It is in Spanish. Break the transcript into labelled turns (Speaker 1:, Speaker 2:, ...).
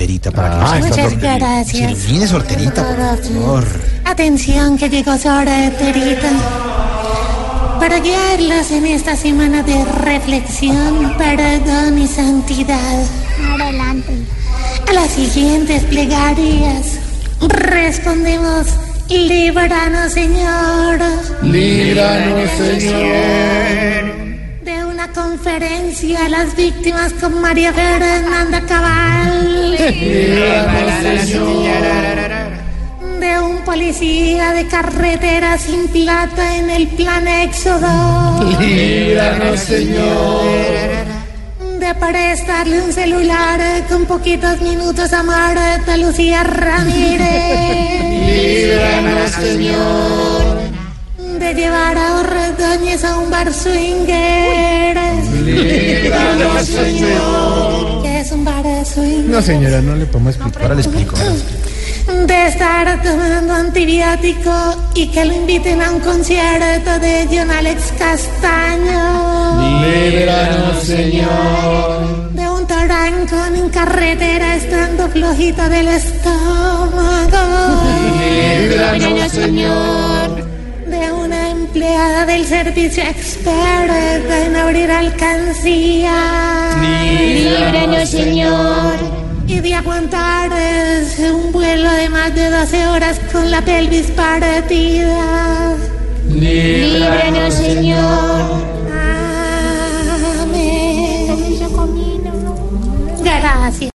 Speaker 1: Horterita para
Speaker 2: Ah,
Speaker 1: que no se
Speaker 2: muchas
Speaker 1: sorprenda.
Speaker 2: gracias.
Speaker 1: Silvines Horterita, por
Speaker 2: Gracias.
Speaker 1: favor.
Speaker 2: Atención que llegó su hora de terita. Para guiarlos en esta semana de reflexión, perdón y santidad.
Speaker 3: Adelante.
Speaker 2: A las siguientes plegarias respondemos, líbranos Señor.
Speaker 4: Líbranos, Señor.
Speaker 2: De una conferencia a las víctimas con María Fernanda Cabal.
Speaker 4: Líbranos, Señor.
Speaker 2: De un policía de carretera sin plata en el plan Éxodo.
Speaker 4: Líbranos, Señor.
Speaker 2: De prestarle un celular eh, con poquitos minutos a Marta Lucía Ramírez.
Speaker 4: Líbranos, Señor.
Speaker 2: De llevar a Ordóñez a un bar swinger.
Speaker 4: Líbranos, Señor.
Speaker 2: Que es un bar swinger.
Speaker 5: No, señora, no le podemos explicar.
Speaker 1: Ahora le explico. ahora le explico.
Speaker 2: De estar tomando antibiótico y que lo inviten a un concierto de John Alex Castaño.
Speaker 4: Líbranos, Señor.
Speaker 2: De un tarancón en carretera estando flojito del estómago.
Speaker 4: Líbranos, Señor.
Speaker 2: de una empleada del servicio experta en abrir alcancía
Speaker 4: Líbranos, Señor.
Speaker 2: y de aguantar eh, un vuelo de más de 12 horas con la pelvis partida.
Speaker 4: Líbranos, Señor.
Speaker 2: Amén. Gracias.